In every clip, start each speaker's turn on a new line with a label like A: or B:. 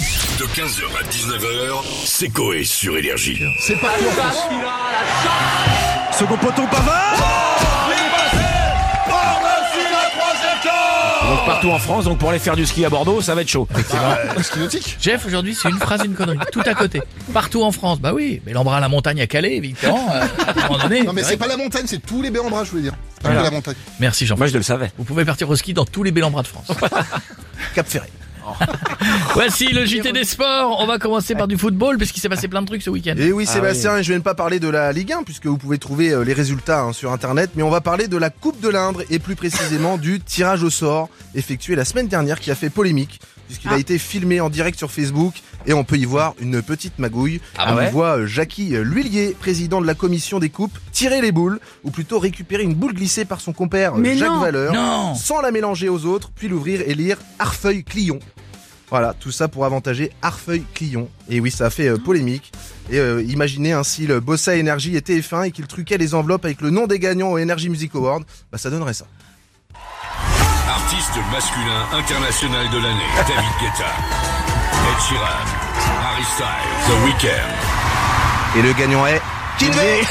A: De 15h à 19h, c'est Coé sur Énergie.
B: C'est pas tout.
C: Second poteau Pavard
D: Donc partout en France, donc pour aller faire du ski à Bordeaux, ça va être chaud.
E: Jeff, aujourd'hui, c'est une phrase, une connerie. Tout à côté. Partout en France. Bah oui, mais l'embras à la montagne à Calais, évidemment. euh, à un moment donné.
B: Non mais
E: c'est
B: c'est
E: vrai.
B: pas la montagne, c'est tous les baies en bras, je voulais dire. C'est
D: Voilà.
B: pas la montagne.
E: Merci, jean
D: Moi je le savais.
E: Vous pouvez partir au ski dans tous les bel embras de France.
C: Cap Ferré.
E: Voici le JT des sports. On va commencer par du football, parce qu'il s'est passé plein de trucs ce week-end.
C: Et oui Sébastien, et je vais ne pas parler de la Ligue 1 puisque vous pouvez trouver euh, les résultats hein, sur internet, mais on va parler de la Coupe de l'Indre et plus précisément du tirage au sort effectué la semaine dernière qui a fait polémique puisqu'il a été filmé en direct sur Facebook et on peut y voir une petite magouille.
D: Ah
C: on
D: ouais
C: y voit euh, Jackie euh, L'Huillier, président de la commission des coupes, tirer les boules ou plutôt récupérer une boule glissée par son compère euh,
F: Mais
C: Jacques
F: non.
C: Valeur.
E: Non
C: sans la mélanger aux autres, puis l'ouvrir et lire Arfeuille Clion. Voilà, tout ça pour avantager Arfeuille Clion. Et oui, ça a fait euh, polémique. Et euh, imaginez hein, si le Bossa Énergie était F1 et qu'il truquait les enveloppes avec le nom des gagnants au Energy Music Award, bah ça donnerait ça.
A: Artiste masculin international de l'année, David Guetta, Ed Sheeran, Harry Styles, The Weeknd.
C: Et le gagnant est Kinvey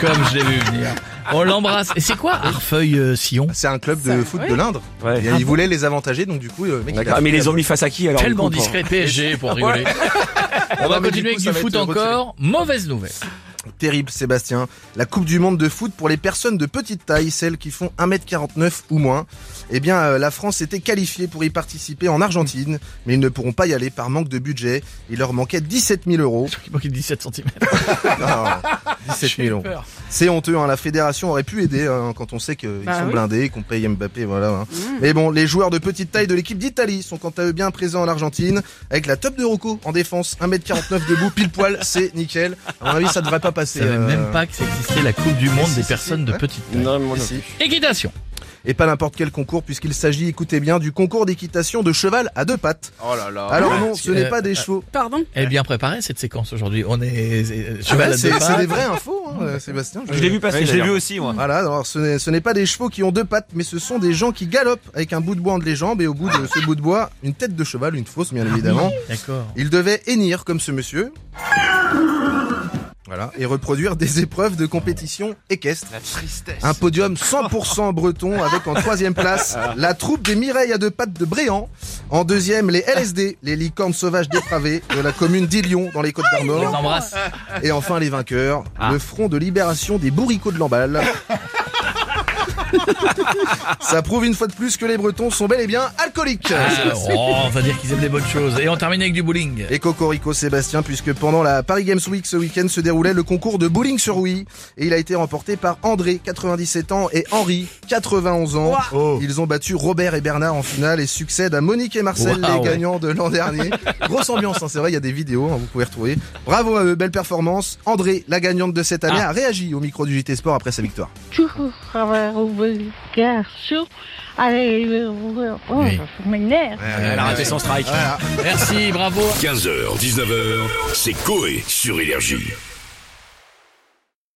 E: Comme je l'ai vu venir. On l'embrasse. Et c'est quoi Arfeuille euh, Sillon
C: C'est un club de
F: Ça,
C: foot
F: oui.
C: de l'Indre.
D: Ouais.
C: Et il voulait les avantager, donc du coup, euh, le mec, il a-
D: D'accord. Ah, mais ils les ont mis face à qui alors
E: Tellement
D: du coup, pour-
E: discret PSG pour rigoler. On va
C: Non, mais du
E: continuer avec
C: coup, ça
E: du
C: va
E: foot
C: être retiré.
E: encore. Mauvaise nouvelle.
C: Terrible Sébastien. La Coupe du Monde de foot pour les personnes de petite taille, celles qui font 1m49 ou moins. Eh bien, euh, la France s'était qualifiée pour y participer en Argentine, mais ils ne pourront pas y aller par manque de budget. Il leur manquait 17 000 euros.
E: Il manquait 17 cm.
C: Ah, 17 000 euros. C'est honteux, hein, la fédération aurait pu aider hein, quand on sait qu'ils
F: Bah
C: sont
F: oui. Mm.
C: blindés, qu'on paye Mbappé, voilà. hein. Mais bon, les joueurs de petite taille de l'équipe d'Italie sont quant à eux bien présents en Argentine, avec la top de Rocco en défense, 1m49 debout, pile poil, c'est nickel. À mon avis, ça devrait pas passer.
E: Je savais
C: euh,
E: même pas que ça existait la Coupe du Monde
C: si,
E: des
C: si,
E: personnes
C: si,
E: de
C: ouais.
E: petite taille.
D: Non, moi, non.
C: ici.
E: Équitation.
C: Et pas n'importe quel concours, puisqu'il s'agit, écoutez bien, du concours d'équitation de cheval à deux pattes.
B: Oh là là.
C: Alors
E: ouais.
C: non, ce n'est pas
E: Euh,
C: des chevaux.
F: Pardon
E: Elle est bien préparée cette séquence aujourd'hui. On est euh,
C: Ah,
E: cheval à deux
C: c'est c'est
E: pattes.
C: des vraies infos, hein, euh, Sébastien.
D: Je l'ai vu passer.
G: je l'ai vu
D: d'ailleurs.
G: aussi, moi.
C: Voilà, alors ce n'est- ce n'est pas des chevaux qui ont deux pattes, mais ce sont des gens qui galopent avec un bout de bois entre les jambes et au bout de ce bout de bois, une tête de cheval, une fausse bien évidemment.
E: D'accord.
C: Il devait hennir comme ce monsieur. Voilà, et reproduire des épreuves de compétition équestre.
G: La tristesse.
C: Un podium 100% breton avec en troisième place la troupe des Mireilles à deux pattes de Bréant. En deuxième, les LSD, les licornes sauvages dépravées de la commune d'Illion dans les Côtes
E: On les
C: d'Armor.
E: embrasse.
C: Et enfin, les vainqueurs, le front de libération des bourricots de l'emballe. Ça prouve une fois de plus que les Bretons sont bel et bien alcooliques.
E: Ah, oh, on va dire qu'ils aiment les bonnes choses. Et on termine avec du bowling.
C: Et Cocorico Sébastien, puisque pendant la Paris Games Week ce week-end se déroulait le concours de bowling sur Wii. Et il a été remporté par André, 97 ans, et Henri, 91 ans. Ils ont battu Robert et Bernard en finale et succèdent à Monique et Marcel,
E: Waouh,
C: les
E: ouais.
C: gagnants de l'an dernier. Grosse ambiance, hein, c'est vrai, il y a des vidéos, hein, vous pouvez retrouver. Bravo à eux, belle performance. André, la gagnante de cette année, a réagi au micro du JT Sport après sa victoire.
H: toujours avoir une garçon. Allez, euh, oh,
E: Oui.
H: je m'énerve.
D: Elle a Euh, raté son strike.
E: Merci, bravo.
A: 15h, 19h, c'est Coé sur Énergie.